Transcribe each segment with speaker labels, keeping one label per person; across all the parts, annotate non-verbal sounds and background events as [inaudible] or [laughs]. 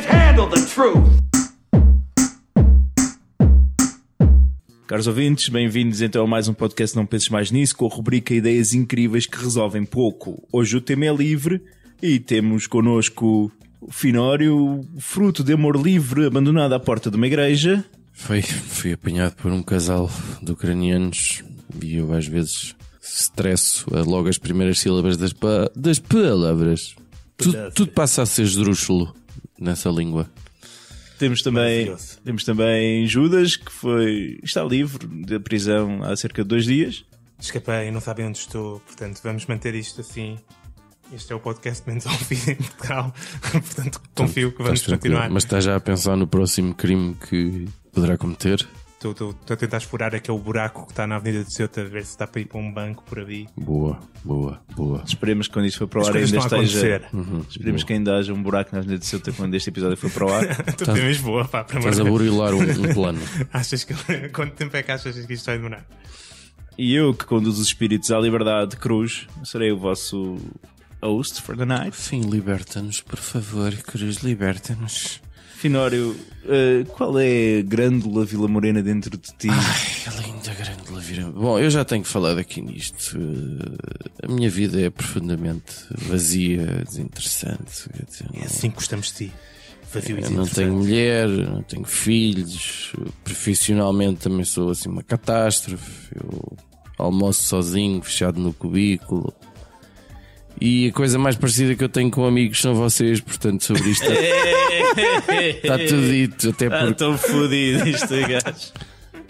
Speaker 1: the truth.
Speaker 2: Caros ouvintes, bem-vindos então a mais um podcast Não Penses Mais Nisso, com a rubrica Ideias Incríveis que Resolvem Pouco. Hoje o tema é livre e temos connosco o Finório, fruto de amor livre, abandonado à porta de uma igreja.
Speaker 3: Foi, fui apanhado por um casal de ucranianos e eu às vezes stresso a logo as primeiras sílabas das, pa- das palavras.
Speaker 4: é,
Speaker 3: Tudo, tudo passa a ser esdrúxulo nessa língua.
Speaker 2: Temos também,
Speaker 4: Maravilhoso.
Speaker 2: temos também Judas, que foi está livre da prisão há cerca de dois dias.
Speaker 4: Escapei, é não sabem onde estou, portanto vamos manter isto assim. Este é o podcast menos ouvido em Portugal, [laughs] portanto confio que vamos
Speaker 3: Estás tranquilo,
Speaker 4: continuar.
Speaker 3: Mas estás já a pensar no próximo crime que poderá cometer?
Speaker 4: Estou estou- estou a tentar explorar aquele buraco que está na Avenida de Ceuta, ver se dá para ir para um banco por ali. [laughs]
Speaker 3: Boa, boa, boa.
Speaker 2: Esperemos que quando isto for para o
Speaker 4: As
Speaker 2: ar
Speaker 4: coisas
Speaker 2: ainda
Speaker 4: estão a
Speaker 2: esteja.
Speaker 4: acontecer.
Speaker 2: Esperemos que ainda haja um buraco na Avenida de Ceuta quando este episódio for para o
Speaker 4: [laughs]
Speaker 2: ar.
Speaker 4: Estou a mesmo boa, pá, para
Speaker 3: Estás a burilar um,
Speaker 4: [laughs]
Speaker 3: um plano.
Speaker 4: Achas que [laughs] quanto tempo é que achas que isto vai demorar?
Speaker 2: E eu, que conduzo os espíritos à liberdade cruz, serei o vosso host for the night.
Speaker 3: Sim, liberta-nos, por favor, Cruz, liberta-nos.
Speaker 2: Finório, eh, qual é a grândula Vila Morena dentro de
Speaker 3: [laughs]
Speaker 2: ti?
Speaker 3: Ah, Ai, linda grande Lavira. Bom, eu já tenho falado aqui nisto. Eh, A minha vida é profundamente vazia, desinteressante. Quer dizer, não-
Speaker 4: É assim que gostamos de ti. Vazio e
Speaker 3: eu não tenho
Speaker 4: desinteressante.
Speaker 3: mulher, não tenho filhos. Profissionalmente também sou assim uma catástrofe. Eu almoço sozinho, fechado no cubículo. E a coisa mais parecida que eu tenho com amigos são vocês, portanto, sobre isto está tudo dito, até
Speaker 2: Ah,
Speaker 3: porque.
Speaker 2: Estou fodido [laughs] este gajo.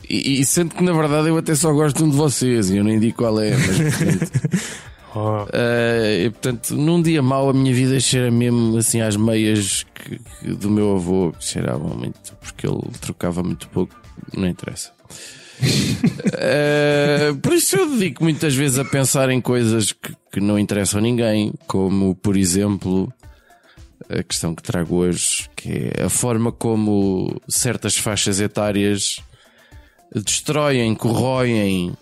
Speaker 3: E, e sendo que na verdade eu até só gosto de um de vocês, e eu nem digo qual é, mas
Speaker 4: Oh,
Speaker 3: Uh, e, portanto, num dia mau a minha vida cheira mesmo assim às meias que- que do meu avô, que cheiravam muito, porque ele trocava muito pouco, não interessa. Uh, por isso eu dedico muitas vezes a pensar em coisas que, que não interessam a ninguém, como por exemplo a questão que trago hoje, que é a forma como certas faixas etárias destroem, corroem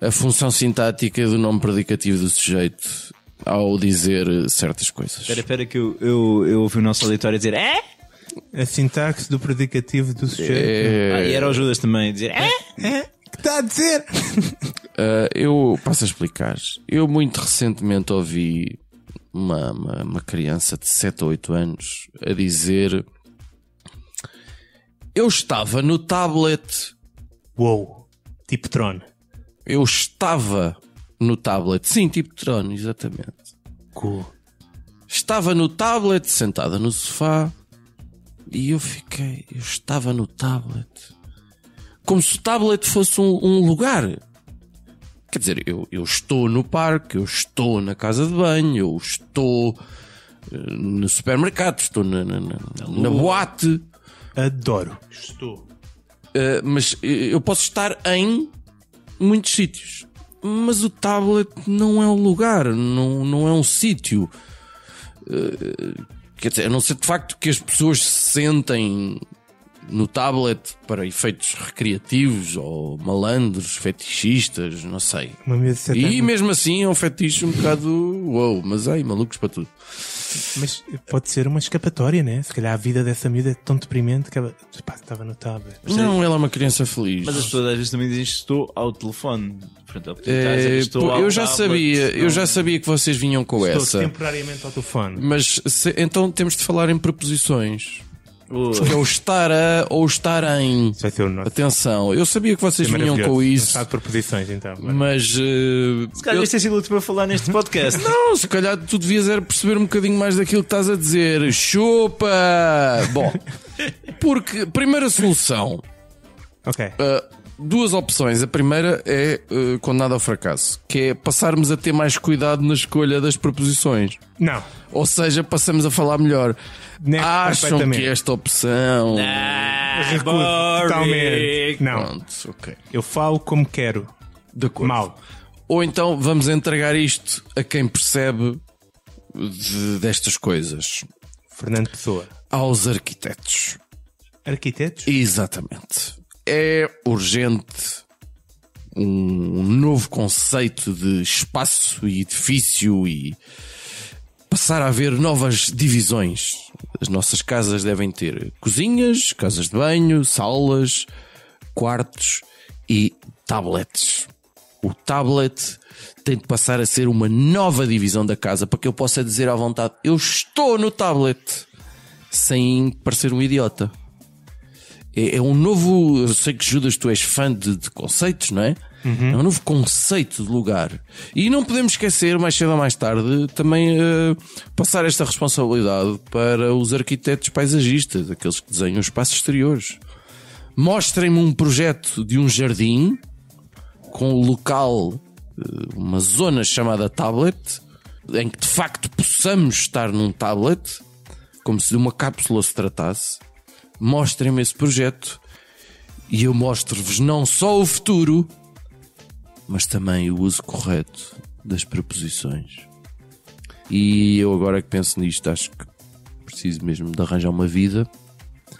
Speaker 3: a função sintática do nome predicativo do sujeito ao dizer eh, certas coisas.
Speaker 2: Espera, espera, que eu, eu, eu ouvi o nosso auditório dizer é?
Speaker 4: a sintaxe do predicativo do sujeito.
Speaker 3: Eh,
Speaker 2: Ah, e era o Judas também a dizer é?
Speaker 4: Que está a dizer?
Speaker 3: eh, eu passo a explicar. Eu muito recentemente ouvi uma, uma, uma criança de 7 ou 8 anos a dizer: Eu estava no tablet.
Speaker 4: Uou, tipo trono.
Speaker 3: Eu estava no tablet. Sim, tipo trono, exatamente.
Speaker 4: Cool.
Speaker 3: Estava no tablet, sentada no sofá, e eu fiquei. Eu estava no tablet. Como se o tablet fosse um, um lugar. Quer dizer, eu, eu estou no parque, eu estou na casa de banho, eu estou eh, no supermercado, estou na, na, na, na boate,
Speaker 4: Adoro. Estou.
Speaker 3: eh, mas eh, eu posso estar em muitos sítios. Mas o tablet não é um lugar, não, não é um sítio. Eh, Quer dizer, a não ser de facto que as pessoas se sentem no tablet para efeitos recreativos ou malandros, fetichistas, não sei.
Speaker 4: Uma miúda de sete
Speaker 3: E
Speaker 4: anos.
Speaker 3: mesmo assim é um fetiche um bocado uou, mas ai, malucos para tudo.
Speaker 4: Mas pode ser uma escapatória, né? Se calhar a vida dessa miúda é tão deprimente que ela. Pá, estava no tablet.
Speaker 3: Não, ela é uma criança feliz.
Speaker 2: Mas as pessoas às vezes também dizem estou ao telefone. Portanto, a oportunidade de dizer,
Speaker 3: É,
Speaker 2: estou
Speaker 3: pô,
Speaker 2: ao
Speaker 3: eu já
Speaker 2: tablet,
Speaker 3: sabia, eu
Speaker 2: não-
Speaker 3: já sabia que vocês vinham com
Speaker 4: Estou
Speaker 3: essa.
Speaker 4: temporariamente ao telefone.
Speaker 3: Mas se- então temos de falar em preposições.
Speaker 2: Ui.
Speaker 3: Que é o estar a ou o estar em.
Speaker 4: Isso vai ser o nosso.
Speaker 3: Atenção, eu sabia que vocês vinham com isso, Hum.
Speaker 4: Está de proposições, então. Bora.
Speaker 3: mas. eh,
Speaker 2: Se calhar
Speaker 3: eu-
Speaker 2: este é sido o último a falar neste [laughs] podcast.
Speaker 3: Não, se calhar tu devias era perceber um bocadinho mais daquilo que estás a dizer. Chupa!
Speaker 2: [laughs]
Speaker 3: Bom, porque, primeira solução,
Speaker 4: Ok.
Speaker 3: ah, duas opções. A primeira é ah, condenada ao fracasso, que é passarmos a ter mais cuidado na escolha das proposições.
Speaker 4: Não.
Speaker 3: Ou seja, passamos a falar melhor.
Speaker 4: Nego
Speaker 3: Acham
Speaker 4: completamente.
Speaker 3: que esta opção.
Speaker 2: Ah,
Speaker 4: Recuo
Speaker 2: boring.
Speaker 4: Totalmente. Não.
Speaker 3: Pronto, ok.
Speaker 4: Eu falo como quero.
Speaker 3: De acordo.
Speaker 4: Mal.
Speaker 3: Ou então vamos entregar isto a quem percebe de- destas coisas.
Speaker 4: Fernando Pessoa.
Speaker 3: Aos arquitetos.
Speaker 4: Arquitetos?
Speaker 3: Exatamente. É urgente um novo conceito de espaço e edifício e passar a haver novas divisões As nossas casas devem ter cozinhas, casas de banho, salas, quartos e tablets. O tablet tem de passar a ser uma nova divisão da casa para que eu possa dizer à vontade: Eu estou no tablet, sem parecer um idiota. É, é um novo. Eu sei que Judas, tu és fã de, de conceitos, não é? É um novo conceito de lugar. E não podemos esquecer, mais cedo ou mais tarde, também eh, passar esta responsabilidade para os arquitetos paisagistas, aqueles que desenham espaços exteriores. Mostrem-me um projeto de um jardim com o local, eh, uma zona chamada tablet, em que de facto possamos estar num tablet, como se de uma cápsula se tratasse. Mostrem-me esse projeto e eu mostro-vos não só o futuro, mas também o uso correto das preposições. E eu agora que penso nisto, acho que preciso mesmo de arranjar uma vida,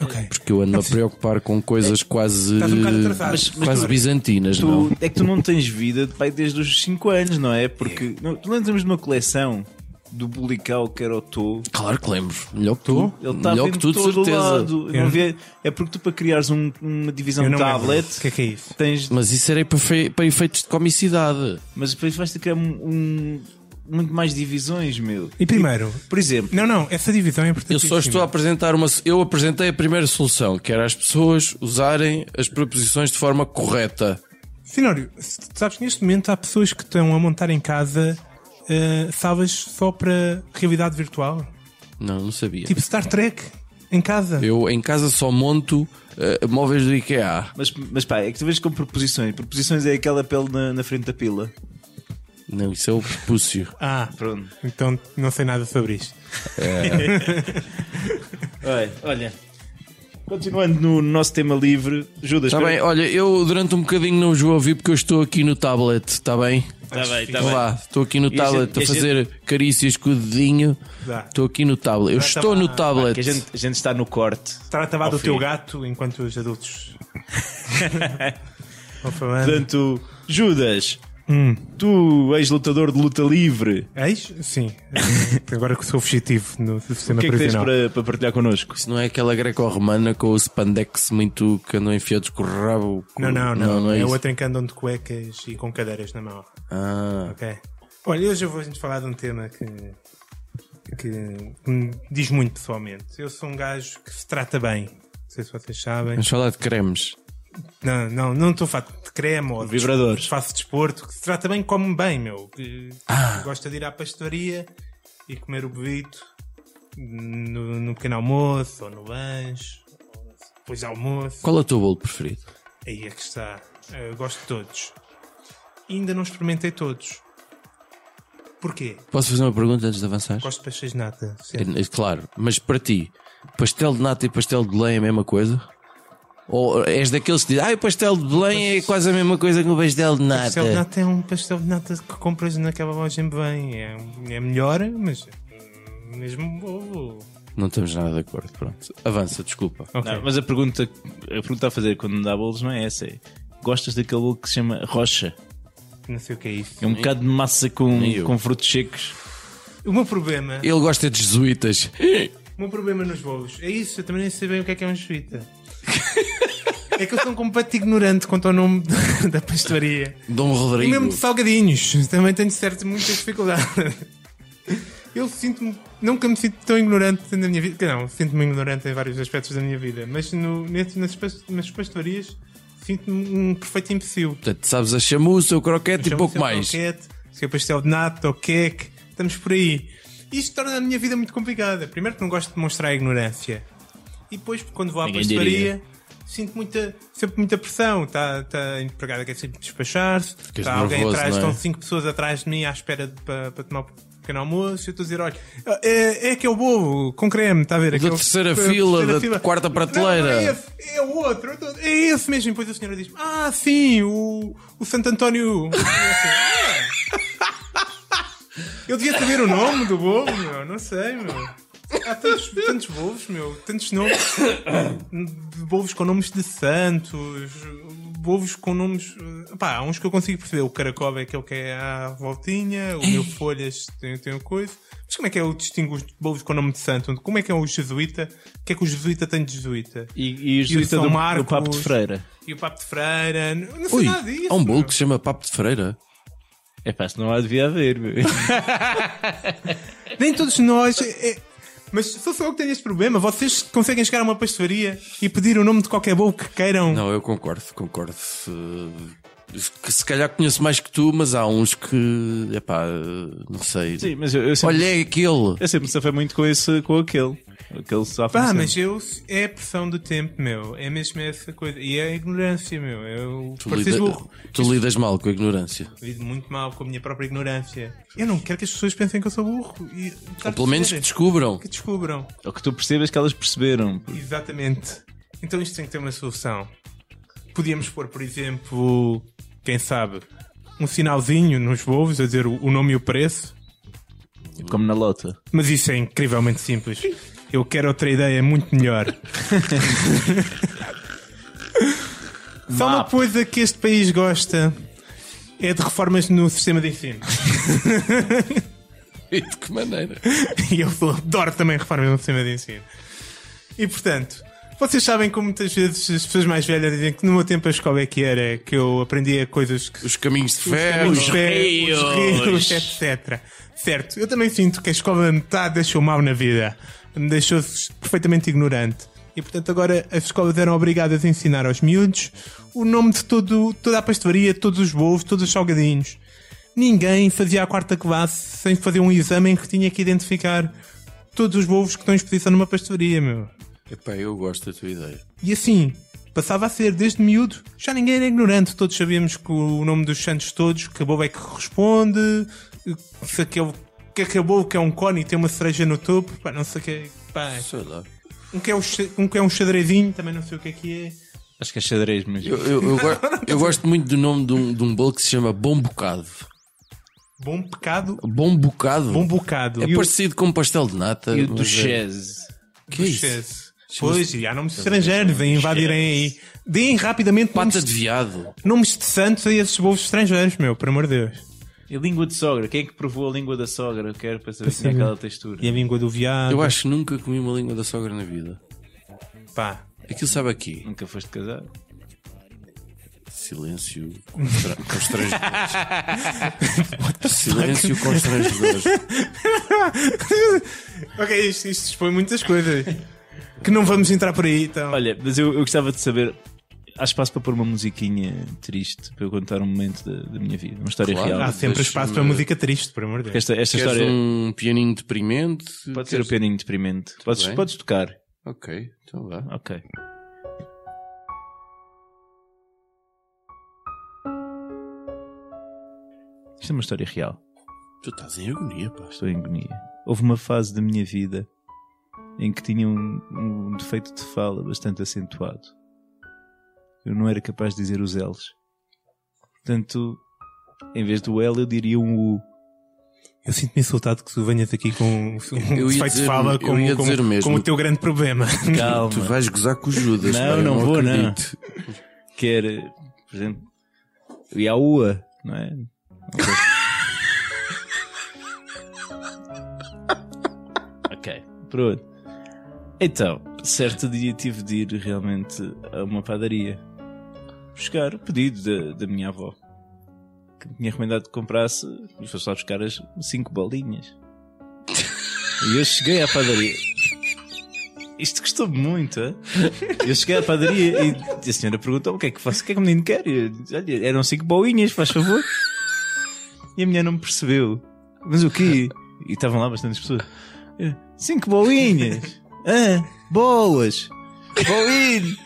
Speaker 4: Ok.
Speaker 3: porque eu ando
Speaker 4: [laughs]
Speaker 3: a preocupar com coisas quase,
Speaker 4: Estás um bocado atrasado. Mas- mas
Speaker 3: quase
Speaker 4: tu-
Speaker 3: bizantinas, não?
Speaker 2: Tu, é que tu não tens vida pai, desde os 5 anos, não é? Porque não, tu lembras de uma coleção do Bulical que era o Tu?
Speaker 3: Claro que lembro. Melhor que tu.
Speaker 2: Ele está
Speaker 3: Melhor que tu, de
Speaker 2: todo
Speaker 3: certeza.
Speaker 2: lado. Eu não
Speaker 4: Eu-
Speaker 2: via- é porque tu, para criares um- uma divisão
Speaker 4: Eu
Speaker 2: de
Speaker 4: não
Speaker 2: tablet,
Speaker 4: lembro. O que é que é isso?
Speaker 2: tens.
Speaker 3: Mas isso era para, fe- para efeitos de comicidade.
Speaker 2: Mas depois vais ter que criar um, um- muito mais divisões, meu.
Speaker 4: E primeiro,
Speaker 2: Por exemplo,
Speaker 4: não, não, essa divisão é importante.
Speaker 3: Eu só estou a apresentar uma. Eu apresentei a primeira solução, que era as pessoas usarem as preposições de forma correta.
Speaker 4: Sinório, se tu sabes, neste momento há pessoas que estão a montar em casa eh, salas só para realidade virtual.
Speaker 3: Não, não sabia.
Speaker 4: Tipo Star Trek, em casa.
Speaker 3: Eu em casa só monto eh, móveis do IKEA.
Speaker 2: mas, mas pá, é que tu vês com proposições. Proposições é aquela pele na, na frente da pila.
Speaker 3: Não, isso é o
Speaker 4: [laughs]
Speaker 3: prepúcio.
Speaker 4: Ah,
Speaker 2: Pronto.
Speaker 4: então não sei nada sobre isto.
Speaker 2: Olha, olha. Continuando no nosso tema livre, Judas.
Speaker 3: Está Tá bem, olha, eu durante um bocadinho não os vou ouvir porque eu estou aqui no tablet, está bem?
Speaker 2: Está Tá bem, está
Speaker 3: Vá
Speaker 2: bem.
Speaker 3: lá, estou aqui no
Speaker 2: E a
Speaker 3: tablet
Speaker 2: gente- e
Speaker 3: a
Speaker 2: a gente-
Speaker 3: fazer carícias com o dedinho.
Speaker 4: Dá.
Speaker 3: Estou aqui no tablet. Eu
Speaker 4: tá
Speaker 3: estou no tablet.
Speaker 2: Que a gente, a gente está no corte.
Speaker 4: Estar a tabar
Speaker 2: Ao
Speaker 4: do
Speaker 2: fim.
Speaker 4: teu gato enquanto os
Speaker 2: [laughs]
Speaker 4: adultos. Vão falando.
Speaker 2: Portanto, Judas, tu ex-lutador de luta livre,
Speaker 4: Eis? É Sim. Eh, Agora que sou fugitivo no sistema
Speaker 2: o que é que tens
Speaker 4: prisional.
Speaker 2: para, para partilhar connosco?
Speaker 3: Isso não é aquela greco-romana com o spandex muito que andam enfiados com o rabo. com-
Speaker 4: Não, não, não.
Speaker 3: é
Speaker 4: é
Speaker 3: isso.
Speaker 4: outra em que andam de cuecas e com cadeiras na mão.
Speaker 3: Ah,
Speaker 4: Ok. Olha, hoje eu vou a gente falar de um tema que, que me diz muito pessoalmente. Eu sou um gajo que se trata bem. Não sei se vocês sabem.
Speaker 3: vamos falar de cremes.
Speaker 4: Não, não, não estou fato de creme ou de
Speaker 2: Vibradores.
Speaker 4: despo- Faço desporto. Que se trata bem, come bem, meu. Que Gosta de ir à pastaria e comer o bebito no, no pequeno almoço ou no lanche. ou Depois de almoço.
Speaker 3: Qual é o teu bolo preferido?
Speaker 4: Aí é que está. Eu gosto de todos. Ainda não experimentei todos. Porquê?
Speaker 3: Posso fazer uma pergunta antes de avançar?
Speaker 4: Gosto de pastéis de nata. sempre.
Speaker 3: É, é Claro, mas para ti, pastel de nata e pastel de Belém é a mesma coisa? Ou és daqueles que dizem, ah, o pastel de Belém é quase a mesma coisa que o pastel de nata?
Speaker 4: Pastel de nata é um pastel de nata que compras naquela loja em Belém. É, é melhor, mas hum, mesmo bom.
Speaker 3: Não estamos nada de acordo, pronto. Avança, desculpa.
Speaker 4: Ok.
Speaker 2: Não, mas a pergunta, a pergunta a fazer quando me dá bolos não é essa. é, Gostas daquele bolo que se chama rocha?
Speaker 4: Não sei o que é isso.
Speaker 2: É um bocado de massa com,
Speaker 3: nem eu.
Speaker 2: com frutos secos.
Speaker 4: O meu problema,
Speaker 3: Ele gosta de jesuítas. [laughs]
Speaker 4: o meu problema nos bolos é isso. Eu também nem sei bem o que é que é um [laughs] jesuíta. é que eu sou um completo ignorante quanto ao nome da pastelaria.
Speaker 3: Dom
Speaker 4: E mesmo
Speaker 3: Rodrigo.
Speaker 4: de salgadinhos, também tenho certo, muita dificuldade. [laughs] Eu sinto-me, nunca me sinto tão ignorante na minha vida. que Não, sinto-me ignorante em vários aspectos da minha vida, mas no, nesse- nas, pas- nas pastelarias sinto-me um perfeito imbecil.
Speaker 3: Portanto, sabes a chamuça, o croquete e
Speaker 4: Chamo-se
Speaker 3: pouco
Speaker 4: ao
Speaker 3: mais.
Speaker 4: croquete, Se é pastel de nata ou cake, estamos por aí. Isto torna a minha vida muito complicada. Primeiro, que não gosto de mostrar a ignorância. E depois, porque quando vou à
Speaker 2: Ninguém
Speaker 4: pastelaria, sinto muita, sempre muita pressão. Está tá a empregada quer sempre despachar-se. Está alguém
Speaker 3: nervoso,
Speaker 4: atrás,
Speaker 3: não é?
Speaker 4: estão cinco pessoas atrás de mim à espera de- para para tomar o pequeno almoço. E eu estou a dizer: olha, é, é que é o bobo com creme, está a ver? aquele-
Speaker 3: terceira
Speaker 4: a
Speaker 3: fila, da quarta prateleira.
Speaker 4: Não, não é esse, é o outro, é o outro. é esse mesmo. E depois a senhora diz: Ah, sim, o, o Santo António. E eu assim, "Ah." Eu devia saber o nome do bolo, meu, não sei, meu. Há tantos, tantos bolos, meu, tantos nomes. De bolos com nomes de santos, bovos com nomes. eh, Pá, há uns que eu consigo perceber. O caracol é aquele que é à voltinha, o meu folhas tem, tem uma coisa. Mas como é que eu distingo os bovos com nome de santo? Como é que é o jesuíta? O que é que o jesuíta tem de jesuíta?
Speaker 2: E, e os
Speaker 4: E o
Speaker 2: Twitter
Speaker 4: São
Speaker 2: do, do
Speaker 4: Marcos.
Speaker 2: Papo de Freira.
Speaker 4: E o papo de freira? Não não sei
Speaker 3: Ui,
Speaker 4: nada disso.
Speaker 3: há um bolo
Speaker 4: meu.
Speaker 3: que se chama Papo de Freira.
Speaker 2: É pá, se não há devia haver. meu.
Speaker 4: Nem todos nós. é- Mas sou só eu que tenho este problema. Vocês conseguem chegar a uma pastelaria e pedir o nome de qualquer bobo que queiram.
Speaker 3: Não, eu concordo, concordo. Eh, Que se calhar conheço mais que tu, mas há uns que. Epá, eh, não sei.
Speaker 2: [laughs] Sim, mas eu, eu sempre,
Speaker 3: Olha, é aquele.
Speaker 2: eu sempre me safei muito com esse, com aquele. Aquele safa
Speaker 4: Pá, mas eu, é a pressão do tempo, meu. É mesmo essa coisa. E é a ignorância, meu. Eu
Speaker 3: Tu,
Speaker 4: pareces
Speaker 3: lida-
Speaker 4: burro.
Speaker 3: tu lidas mal com a ignorância.
Speaker 4: Lido muito mal com a minha própria ignorância. Eu não quero que as pessoas pensem que eu sou burro. E,
Speaker 3: Ou pelo menos que descubram. [laughs]
Speaker 4: que descubram.
Speaker 2: O que tu percebas que elas perceberam.
Speaker 4: Exatamente. Então isto tem que ter uma solução. Podíamos pôr, por exemplo, quem sabe, um sinalzinho nos bovos a dizer o o nome e o preço.
Speaker 2: Como na lota.
Speaker 4: Mas isso é incrivelmente simples. Eu quero outra ideia muito melhor. Só uma coisa que este país gosta é de reformas no sistema de ensino. [laughs]
Speaker 3: E de que maneira?
Speaker 4: E eu sou- adoro também reformas no sistema de ensino. E portanto, vocês sabem como muitas vezes as pessoas mais velhas dizem que no meu tempo a escola é que era, que eu aprendia coisas que
Speaker 3: Os caminhos de ferro.
Speaker 4: os rios, etc. Certo, eu também sinto que a escola me tá, deixou mal na vida. Me deixou perfeitamente ignorante. E portanto agora as escolas eram obrigadas a ensinar aos miúdos o nome de todo, toda a pastelaria, todos os bolos, todos os salgadinhos. Ninguém fazia a quarta classe sem fazer um exame em que tinha que identificar todos os bolos que estão em exposição numa pastelaria, meu.
Speaker 3: Epá, eu gosto da tua ideia.
Speaker 4: E assim, passava a ser desde miúdo, já ninguém era ignorante, todos sabíamos que o nome dos santos todos, que bobo é que responde, se aquele que acabou que é um cone e tem uma cereja no topo, pá, não sei o que é, pá,
Speaker 3: Sei lá.
Speaker 4: um que é um, xa- um que é um xadrezinho, também não sei o que é que é.
Speaker 2: Acho que é xadrez, mas.
Speaker 3: Eu, eu- eu go- eu gosto muito do nome de um, de um bolo que se chama Bom Bocado.
Speaker 4: Bom pecado,
Speaker 3: Bom Bocado?
Speaker 4: bom bocado.
Speaker 3: É
Speaker 4: E o-
Speaker 3: parecido com pastel de nata.
Speaker 2: E o
Speaker 3: mas
Speaker 2: do
Speaker 3: é-
Speaker 2: Chese.
Speaker 3: Que é isso?
Speaker 4: Esquece. Pois, e há nomes estrangeiros a invadirem aí. Deem rapidamente
Speaker 3: Pata
Speaker 4: nomes,
Speaker 3: de viado.
Speaker 4: nomes de santos a esses bovos estrangeiros, meu, por amor de Deus.
Speaker 2: E língua de sogra. Quem é que provou a língua da sogra? Eu quero para saber se tinha
Speaker 4: saber.
Speaker 2: aquela textura.
Speaker 4: E a língua do viado,
Speaker 3: Eu acho que nunca comi uma língua da sogra na vida.
Speaker 4: pá.
Speaker 3: Aquilo sabe aqui.
Speaker 2: Nunca foste casar?
Speaker 3: Silêncio constra- [laughs] constrangedor. Silêncio constrangedor.
Speaker 4: Ok, isto, isto expõe muitas coisas. que não vamos entrar por aí, então.
Speaker 2: Olha, mas eu, eu gostava de saber. Há espaço para pôr uma musiquinha triste para eu contar um momento da, da minha vida, uma história
Speaker 3: Claro.
Speaker 2: real.
Speaker 4: Há sempre
Speaker 3: deixa-me-
Speaker 4: espaço para música triste, por amor de Deus.
Speaker 2: Esta, esta
Speaker 3: Queres
Speaker 2: história
Speaker 3: um pianinho deprimente?
Speaker 2: pode ser o pianinho deprimente. Podes,
Speaker 3: bem.
Speaker 2: podes tocar.
Speaker 3: Ok, então vá.
Speaker 2: Ok. Isto é uma história real.
Speaker 3: Tu estás em agonia, pá.
Speaker 2: Estou em agonia. Houve uma fase da minha vida em que tinha um, um defeito de fala bastante acentuado. Eu não era capaz de dizer os L's. Portanto, em vez do L, eu diria um U.
Speaker 4: Eu sinto-me insultado que tu venhas aqui com um
Speaker 3: Eu ia
Speaker 4: defeito de
Speaker 3: dizer-
Speaker 4: fala
Speaker 3: eu
Speaker 4: como,
Speaker 3: ia
Speaker 4: como-
Speaker 3: dizer mesmo.
Speaker 4: como o teu grande problema. [laughs]
Speaker 2: Calma.
Speaker 3: Tu vais gozar com o Judas.
Speaker 2: Não,
Speaker 3: pá, eu
Speaker 2: não vou, não.
Speaker 3: acredito.
Speaker 2: Que era, por exemplo, Yaua, não é? ok, pronto. Então, certo dia tive de ir realmente a uma padaria buscar o pedido da, da minha avó que me tinha recomendado que comprasse e foi só buscar as cinco bolinhas. e eu cheguei à padaria. Isto custou-me muito, hã? Eu cheguei à padaria e a senhora perguntou-me o que é que faço, o que é que o menino quer? E eu disse, Olha, eram cinco bolinhas, faz favor. E a mulher não me percebeu. Mas o quê? E estavam lá bastantes pessoas. Eu, Cinco bolinhas! Hã? Bolas! Bolinho!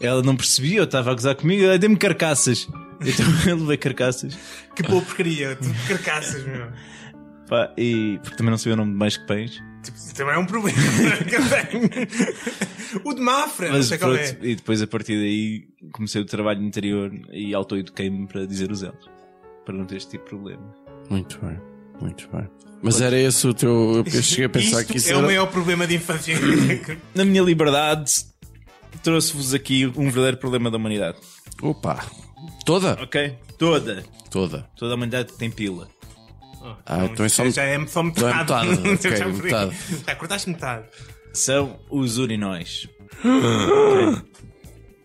Speaker 2: Ela não percebia, eu estava a gozar comigo, ela deu-me carcaças. Então [laughs] eu levei carcaças.
Speaker 4: que boa porcaria, tu carcaças, meu.
Speaker 2: Pá, e porque também não sabia o nome de mais que pães.
Speaker 4: Tipo, isso também é um problema [laughs] que eu tenho. O de Mafra, não
Speaker 2: Mas
Speaker 4: sei qual
Speaker 2: pronto,
Speaker 4: é.
Speaker 2: e depois a partir daí comecei o trabalho interior e auto-eduquei-me para dizer os elos. Para não ter este tipo de problema.
Speaker 3: Muito bem, muito bem. Mas era esse o teu. Eu cheguei a pensar
Speaker 4: Isto
Speaker 3: que isso
Speaker 4: é
Speaker 3: era.
Speaker 4: o maior problema de infância.
Speaker 2: Na minha liberdade, trouxe-vos aqui um verdadeiro problema da humanidade.
Speaker 3: Opa! Toda?
Speaker 2: Ok? Toda.
Speaker 3: Toda.
Speaker 2: Toda a humanidade tem pila.
Speaker 3: Ah, então é só-
Speaker 4: já, já é só metade.
Speaker 3: Só é metade,
Speaker 4: [laughs] Eu já
Speaker 3: ok,
Speaker 4: fui-
Speaker 3: metade.
Speaker 4: Já cortaste metade.
Speaker 2: São os urinóis. Ok?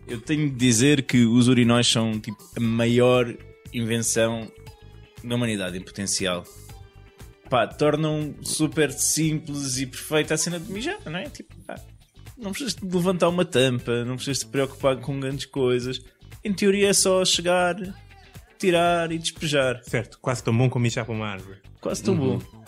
Speaker 2: Eu tenho de dizer que os urinóis são tipo, a maior invenção da humanidade em potencial. Pá, tornam super simples e perfeita a cena de mijar, não é? Tipo, pá, não precisas de levantar uma tampa, não precisas de te preocupar com grandes coisas. Em teoria é só chegar, tirar e despejar
Speaker 4: Certo, quase tão bom como mijar para uma árvore.
Speaker 2: quase tão
Speaker 4: Uhum.
Speaker 2: bom.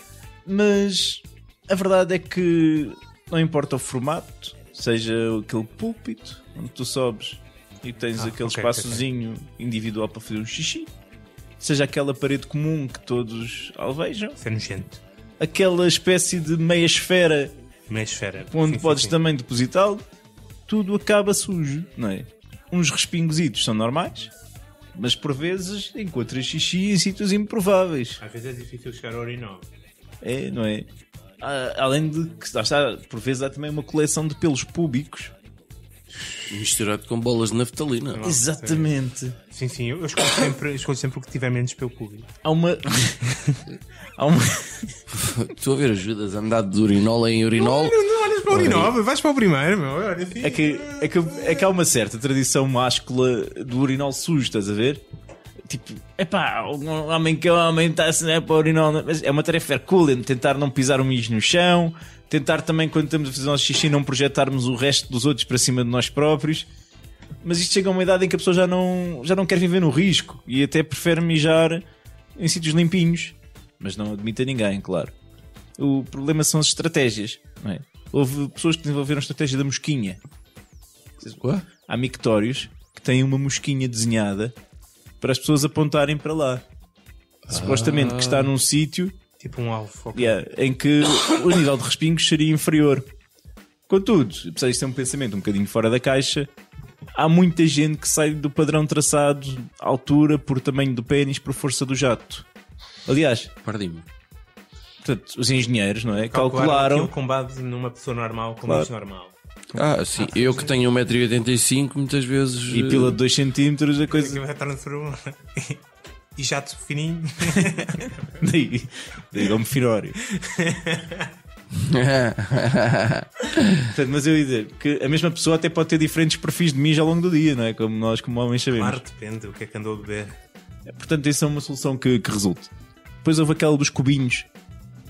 Speaker 2: Mas a verdade é que não importa o formato, seja aquele púlpito onde tu sobes e tens
Speaker 4: Ah,
Speaker 2: aquele
Speaker 4: ok,
Speaker 2: espaçozinho individual para fazer um xixi, seja aquela parede comum que todos alvejam,
Speaker 4: Isso é nojento.
Speaker 2: aquela espécie de meia esfera
Speaker 4: Meia é esfera.
Speaker 2: onde
Speaker 4: Sim, sim,
Speaker 2: podes
Speaker 4: sim.
Speaker 2: também depositá-lo, tudo acaba sujo, não é? Uns respingositos são normais, mas por vezes encontras xixi em sítios improváveis.
Speaker 4: Às vezes é difícil chegar ao urinol.
Speaker 2: É, não é? Ah, Além de que, lá está, por vezes há também uma coleção de pelos públicos.
Speaker 3: Misturado com bolas de
Speaker 2: É
Speaker 3: naftalina.
Speaker 2: Exatamente.
Speaker 4: Sim, sim, eu eu escolho sempre, eu escolho sempre o que tiver menos pelo público.
Speaker 2: Há uma. há uma.
Speaker 3: Estou a ver ajudas a andar de urinol em urinol.
Speaker 4: não olhas para o urinol, vais para o primeiro, meu. Olha, fica-
Speaker 2: É que, é, que, é que há uma certa tradição máscula do urinol sujo, estás a ver? Tipo, epá, um homem que é homem está-se né, para o urinol. não- Mas é uma tarefa hercúlea, tentar não pisar um mijo no chão, tentar também, quando estamos a fazer o nosso xixi, não projetarmos o resto dos outros para cima de nós próprios. Mas isto chega a uma idade em que a pessoa já não, já não quer viver no risco e até prefere mijar em sítios limpinhos. Mas não admite a ninguém, claro. O problema são as estratégias. Não é? Houve pessoas que desenvolveram a estratégia da mosquinha
Speaker 3: Ué?
Speaker 2: há mictórios que têm uma mosquinha desenhada para as pessoas apontarem para lá. Supostamente que está num sítio
Speaker 4: Tipo um alvo. ok.
Speaker 2: yeah, em que o nível de respingos seria inferior. Contudo, apesar de ser um pensamento um bocadinho fora da caixa, há muita gente que sai do padrão traçado, altura, por tamanho do pênis, por força do jato. Aliás,
Speaker 3: Perdi-me.
Speaker 2: portanto, os engenheiros, não é?
Speaker 4: aquilo
Speaker 2: Calcularam.
Speaker 4: com base um numa pessoa normal, com
Speaker 2: Claro.
Speaker 4: claro. normal.
Speaker 3: Ah, sim. Eu que tenho 1,85m, muitas vezes.
Speaker 2: E pila de 2 cm, a coisa.
Speaker 4: Aqui vai estar no ser humano. [laughs] E jato fininho.
Speaker 2: Daí, daí dá-me finório.
Speaker 3: eh,
Speaker 2: Portanto, mas eu ia dizer que a mesma pessoa até pode ter diferentes perfis de mijo ao longo do dia, não é? Como nós, como homens, sabemos.
Speaker 4: Claro, depende do que é que andou a beber.
Speaker 2: Portanto, isso é uma solução que, que resulte. Depois houve aquela dos cubinhos.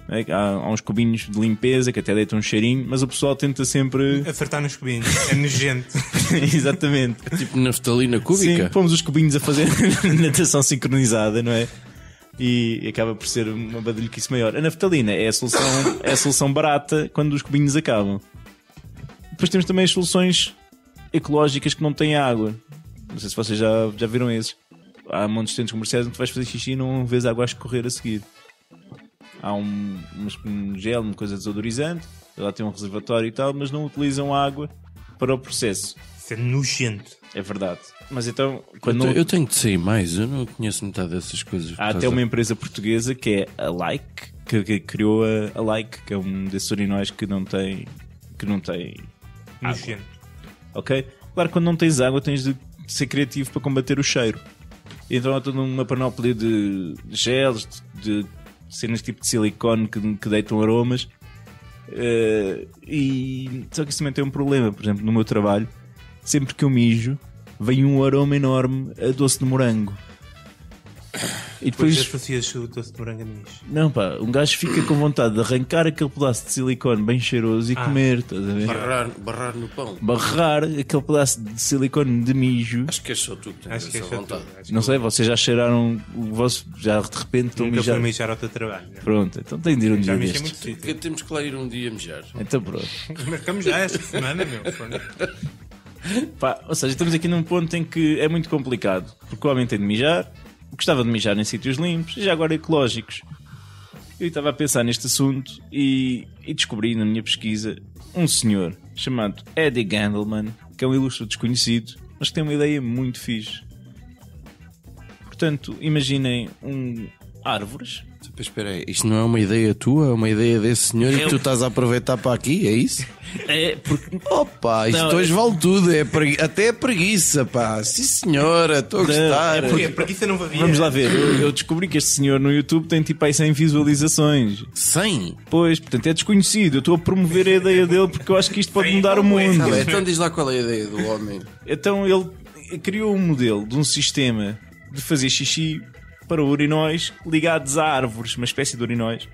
Speaker 2: não é? Há, há uns cubinhos de limpeza que até deitam um cheirinho, mas o pessoal tenta
Speaker 4: [laughs]
Speaker 2: sempre. [laughs]
Speaker 4: Acertar nos cubinhos. É nojento.
Speaker 2: Exatamente.
Speaker 3: [laughs] tipo naftalina
Speaker 2: Sim,
Speaker 3: cúbica.
Speaker 2: pomos os cubinhos a fazer [laughs] natação sincronizada, não é? E acaba por ser uma badalhoquice maior. A naftalina é a solução, é a solução barata quando os cubinhos acabam. Depois temos também as soluções ecológicas que não têm água. Não sei se vocês já, já viram esses. Há montes de centros comerciais onde tu vais fazer xixi e não vês água a escorrer a seguir. Há um, uns- um gel, uma coisa desodorizante, lá tem um reservatório e tal, mas não utilizam água para o processo.
Speaker 4: [laughs] Isso é nojento.
Speaker 2: É verdade. Mas então, quando
Speaker 3: Eu tenho de sair mais, eu não conheço metade dessas coisas.
Speaker 2: Há até uma empresa portuguesa que é a Like, que, que criou a, a Like, que é um desses urinóis que não tem. que não tem.
Speaker 4: Nojento.
Speaker 2: Ok? Claro, quando não tens água tens de ser criativo para combater o cheiro. Então há toda uma panóplia de gels, de, de cenas tipo de silicone que, que deitam aromas. Eh, e só que isso também tem um problema, por exemplo, no meu trabalho, sempre que eu mijo, vem um aroma enorme a doce de morango. E
Speaker 4: Depois
Speaker 2: depois
Speaker 4: associas o doce de morango a nisso.
Speaker 2: não, pá, um gajo fica com vontade de arrancar aquele pedaço de silicone bem cheiroso e
Speaker 4: Ah.
Speaker 2: comer, estás a ver?
Speaker 3: Barrar, barrar no pão.
Speaker 2: Barrar aquele pedaço de silicone de mijo.
Speaker 3: Acho que é só tu que tens
Speaker 4: Acho que é
Speaker 3: essa
Speaker 4: só tu.
Speaker 3: vontade.
Speaker 4: Acho
Speaker 2: Não sei, vocês já cheiraram o vosso. Já de repente
Speaker 4: que
Speaker 2: estão a
Speaker 4: nunca fui
Speaker 2: mijar.
Speaker 4: mijar ao teu trabalho. né?
Speaker 2: Pronto, então tem de ir um
Speaker 4: Já
Speaker 2: dia
Speaker 4: mijei
Speaker 2: destes.
Speaker 4: muito
Speaker 3: Que
Speaker 4: sítio.
Speaker 3: Temos que lá ir um dia mejar.
Speaker 2: Então pronto.
Speaker 4: Marcamos já esta semana, meu.
Speaker 2: Pá, ou seja, estamos aqui num ponto em que é muito complicado. Porque o homem tem de mijar, gostava de mijar em sítios limpos e já agora ecológicos. Eu estava a pensar neste assunto e, e descobri na minha pesquisa um senhor chamado Eddie Gandelman, que é um ilustre desconhecido, mas que tem uma ideia muito fixe. Portanto, imaginem um, árvores.
Speaker 3: Mas espera aí, isto não é uma ideia tua, é uma ideia desse senhor e que tu estás a aproveitar para aqui, [laughs] é isso?
Speaker 2: É, porque
Speaker 3: Opa, isto
Speaker 2: Não,
Speaker 3: hoje vale tudo, é pregui- até é preguiça, pá. Sim senhora, estou a gostar.
Speaker 4: É, Porque a preguiça não valia.
Speaker 2: Vamos lá ver, eu, eu descobri que este senhor no YouTube tem tipo aí 100 visualizações.
Speaker 3: 100?
Speaker 2: Pois, portanto é desconhecido. Eu estou a promover a ideia dele porque eu acho que isto pode mudar o mundo.
Speaker 3: Tá bem, então diz lá qual é a ideia do homem.
Speaker 2: Então ele criou um modelo de um sistema de fazer xixi para urinóis ligados a árvores, uma espécie de urinóis.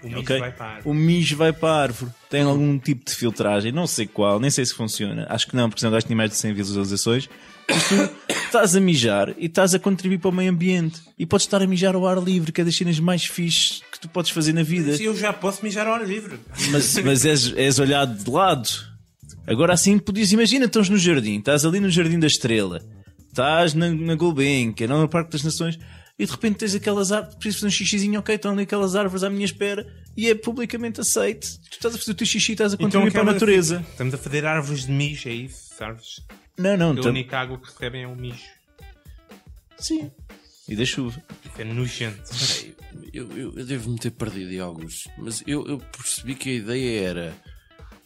Speaker 4: O mijo
Speaker 2: ok?
Speaker 4: vai para a Uhum. árvore.
Speaker 2: O mijo vai para a árvore. Tem algum tipo de filtragem, não sei qual, nem sei se funciona. Acho que não, porque senão o gajo tinha mais de 100 visualizações. Mas tu estás a mijar e estás a contribuir para o meio ambiente. E podes estar a mijar ao ar livre, que é das cenas mais fixes que tu podes fazer na vida.
Speaker 4: Sim, Eu já posso mijar a hora livre.
Speaker 2: Mas, mas és, és olhado de lado. Agora assim podias, imagina, estás no jardim, estás ali no Jardim da Estrela, estás na, na Gulbenkian, ou no Parque das Nações, e de repente tens aquelas árvores, precisas fazer um xixizinho, ok, estão ali aquelas árvores à minha espera, e é publicamente aceito. Tu estás a fazer o teu xixi e estás a
Speaker 3: Então
Speaker 4: Então
Speaker 3: é
Speaker 2: contribuir para a
Speaker 4: acaba-
Speaker 2: natureza.
Speaker 4: Estamos a fazer árvores de mijo, é isso? Árvores.
Speaker 2: Não, não,
Speaker 4: A
Speaker 3: Então-
Speaker 2: tam-
Speaker 4: única água que recebem é o mijo.
Speaker 2: sim. E da chuva.
Speaker 4: Isso é nojento.
Speaker 3: Eu, eu- eu devo me ter perdido em alguns, mas eu, eu percebi que a ideia era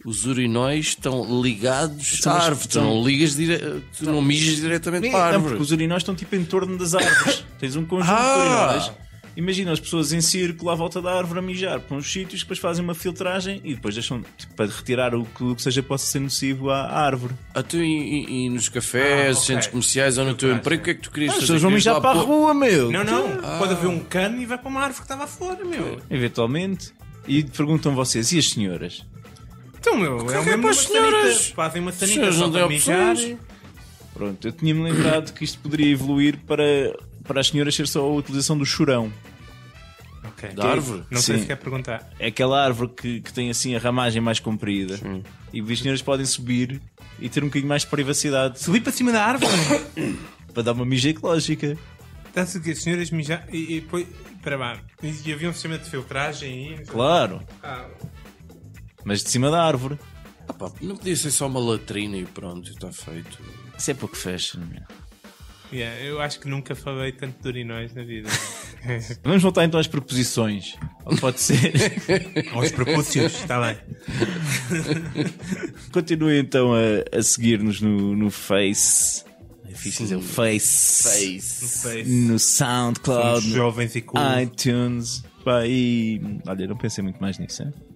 Speaker 3: os urinóis estão ligados
Speaker 2: Estão-
Speaker 3: à árvore. Tu não
Speaker 2: então,
Speaker 3: ligas dire... tu não mijas
Speaker 2: É
Speaker 3: diretamente para a
Speaker 2: Não, então, porque
Speaker 3: árvore.
Speaker 2: os urinóis estão tipo em torno das [laughs] árvores. Tens um conjunto de
Speaker 3: Ah!
Speaker 2: urinóis. Imagina as pessoas em círculo à volta da árvore a mijar para uns sítios, depois fazem uma filtragem e depois deixam tipo, para retirar o que, o que seja possa ser nocivo à, à árvore.
Speaker 3: Ah, tu, e, e- e nos cafés,
Speaker 4: Ah, ok.
Speaker 3: centros comerciais ou no teu emprego, o que é que tu querias
Speaker 2: Ah, As
Speaker 3: fazer?
Speaker 2: pessoas vão
Speaker 3: Querias
Speaker 2: mijar
Speaker 3: lá
Speaker 2: para a
Speaker 3: pôr-
Speaker 2: rua, meu!
Speaker 4: Não, não. Pode haver
Speaker 3: Ah.
Speaker 4: um cano e vai para uma árvore que estava fora, meu.
Speaker 2: Eventualmente. E perguntam vocês, e as senhoras?
Speaker 4: Então, meu, é o
Speaker 3: que é
Speaker 4: mesmo
Speaker 3: para
Speaker 4: numa
Speaker 3: as senhoras?
Speaker 4: sanita. Fazem uma sanita
Speaker 3: senhoras
Speaker 4: só
Speaker 3: não
Speaker 4: para
Speaker 3: têm
Speaker 4: mijar.
Speaker 3: opções.
Speaker 2: Pronto, eu tinha-me lembrado que isto poderia evoluir para, para as senhoras ser só a utilização do chorão.
Speaker 4: Ok.
Speaker 3: Da árvore?
Speaker 4: Não sei
Speaker 2: Sim.
Speaker 4: se quer perguntar.
Speaker 2: É aquela árvore que, que tem assim a ramagem mais comprida. E as senhoras podem subir e ter um bocadinho mais de privacidade.
Speaker 4: Subir para cima da árvore?
Speaker 2: para dar uma mija ecológica.
Speaker 4: Está-se o quê? As senhoras mijar... E, e depois... Espera lá. E havia um sistema de filtragem e...
Speaker 2: Claro,
Speaker 4: Ah,
Speaker 2: mas de cima da árvore.
Speaker 3: Ah, pá, não podia ser só uma latrina e pronto, está feito.
Speaker 2: Isso é pouco fashion. meu.
Speaker 4: yeah, eu acho que nunca falei tanto de urinóis na vida.
Speaker 2: Vamos voltar então às [laughs] proposições. Ou Pode ser.
Speaker 4: Aos propósitos, está bem.
Speaker 2: Continue então a, a seguir-nos no, no Face. É difícil dizer o Face. No SoundCloud,
Speaker 4: Os
Speaker 2: no Ah,
Speaker 4: jovens e cool.
Speaker 2: iTunes. Pá, e. Olha, não pensei muito mais nisso. Hein?